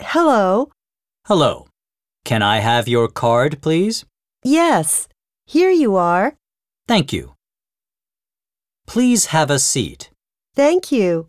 Hello. Hello. Can I have your card, please? Yes. Here you are. Thank you. Please have a seat. Thank you.